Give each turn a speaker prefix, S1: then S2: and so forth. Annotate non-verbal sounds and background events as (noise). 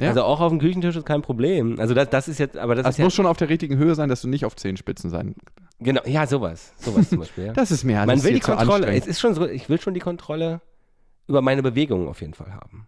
S1: Ja.
S2: Also auch auf dem Küchentisch ist kein Problem. Also das, das ist jetzt, aber das
S1: Es
S2: ist ja,
S1: muss schon auf der richtigen Höhe sein, dass du nicht auf Zehenspitzen sein.
S2: genau, ja sowas, sowas zum Beispiel. Ja.
S1: (laughs) Das ist mir alles
S2: Man will
S1: hier
S2: die
S1: zu
S2: Kontrolle.
S1: anstrengend.
S2: Es ist schon so, ich will schon die Kontrolle über meine Bewegungen auf jeden Fall haben.